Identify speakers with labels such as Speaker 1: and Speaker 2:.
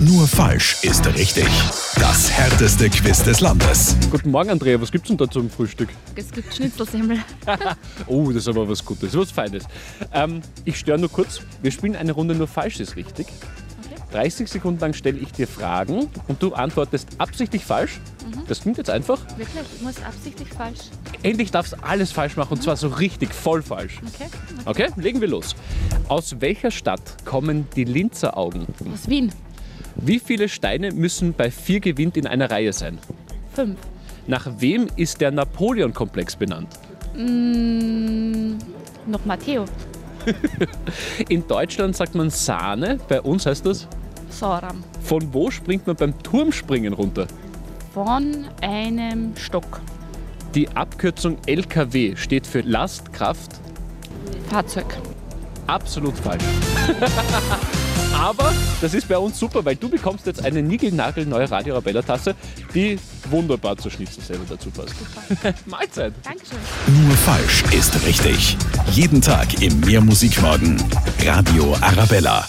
Speaker 1: Nur falsch ist richtig. Das härteste Quiz des Landes.
Speaker 2: Guten Morgen, Andrea. Was gibt's denn da zum Frühstück?
Speaker 3: Es gibt Schnitzelsemmel.
Speaker 2: Oh, das ist aber was Gutes, was Feines. Ähm, ich störe nur kurz. Wir spielen eine Runde nur falsch ist richtig. 30 Sekunden lang stelle ich dir Fragen und du antwortest absichtlich falsch. Das klingt jetzt einfach.
Speaker 3: Wirklich? Ich muss absichtlich falsch.
Speaker 2: Endlich darfst du alles falsch machen und zwar so richtig voll falsch.
Speaker 3: Okay.
Speaker 2: Okay, legen wir los. Aus welcher Stadt kommen die Linzer Augen?
Speaker 3: Aus Wien.
Speaker 2: Wie viele Steine müssen bei vier gewinnt in einer Reihe sein?
Speaker 3: Fünf.
Speaker 2: Nach wem ist der Napoleon-Komplex benannt?
Speaker 3: Noch Matteo.
Speaker 2: In Deutschland sagt man Sahne, bei uns heißt das.
Speaker 3: Sauram.
Speaker 2: Von wo springt man beim Turmspringen runter?
Speaker 3: Von einem Stock.
Speaker 2: Die Abkürzung LKW steht für Lastkraft.
Speaker 3: Fahrzeug.
Speaker 2: Absolut falsch. Aber das ist bei uns super, weil du bekommst jetzt eine niegelnagelneue Radio Arabella Tasse, die wunderbar zur Schnitzel selber dazu passt. Mahlzeit.
Speaker 3: Dankeschön.
Speaker 1: Nur falsch ist richtig. Jeden Tag im Mehrmusikmorgen. Radio Arabella.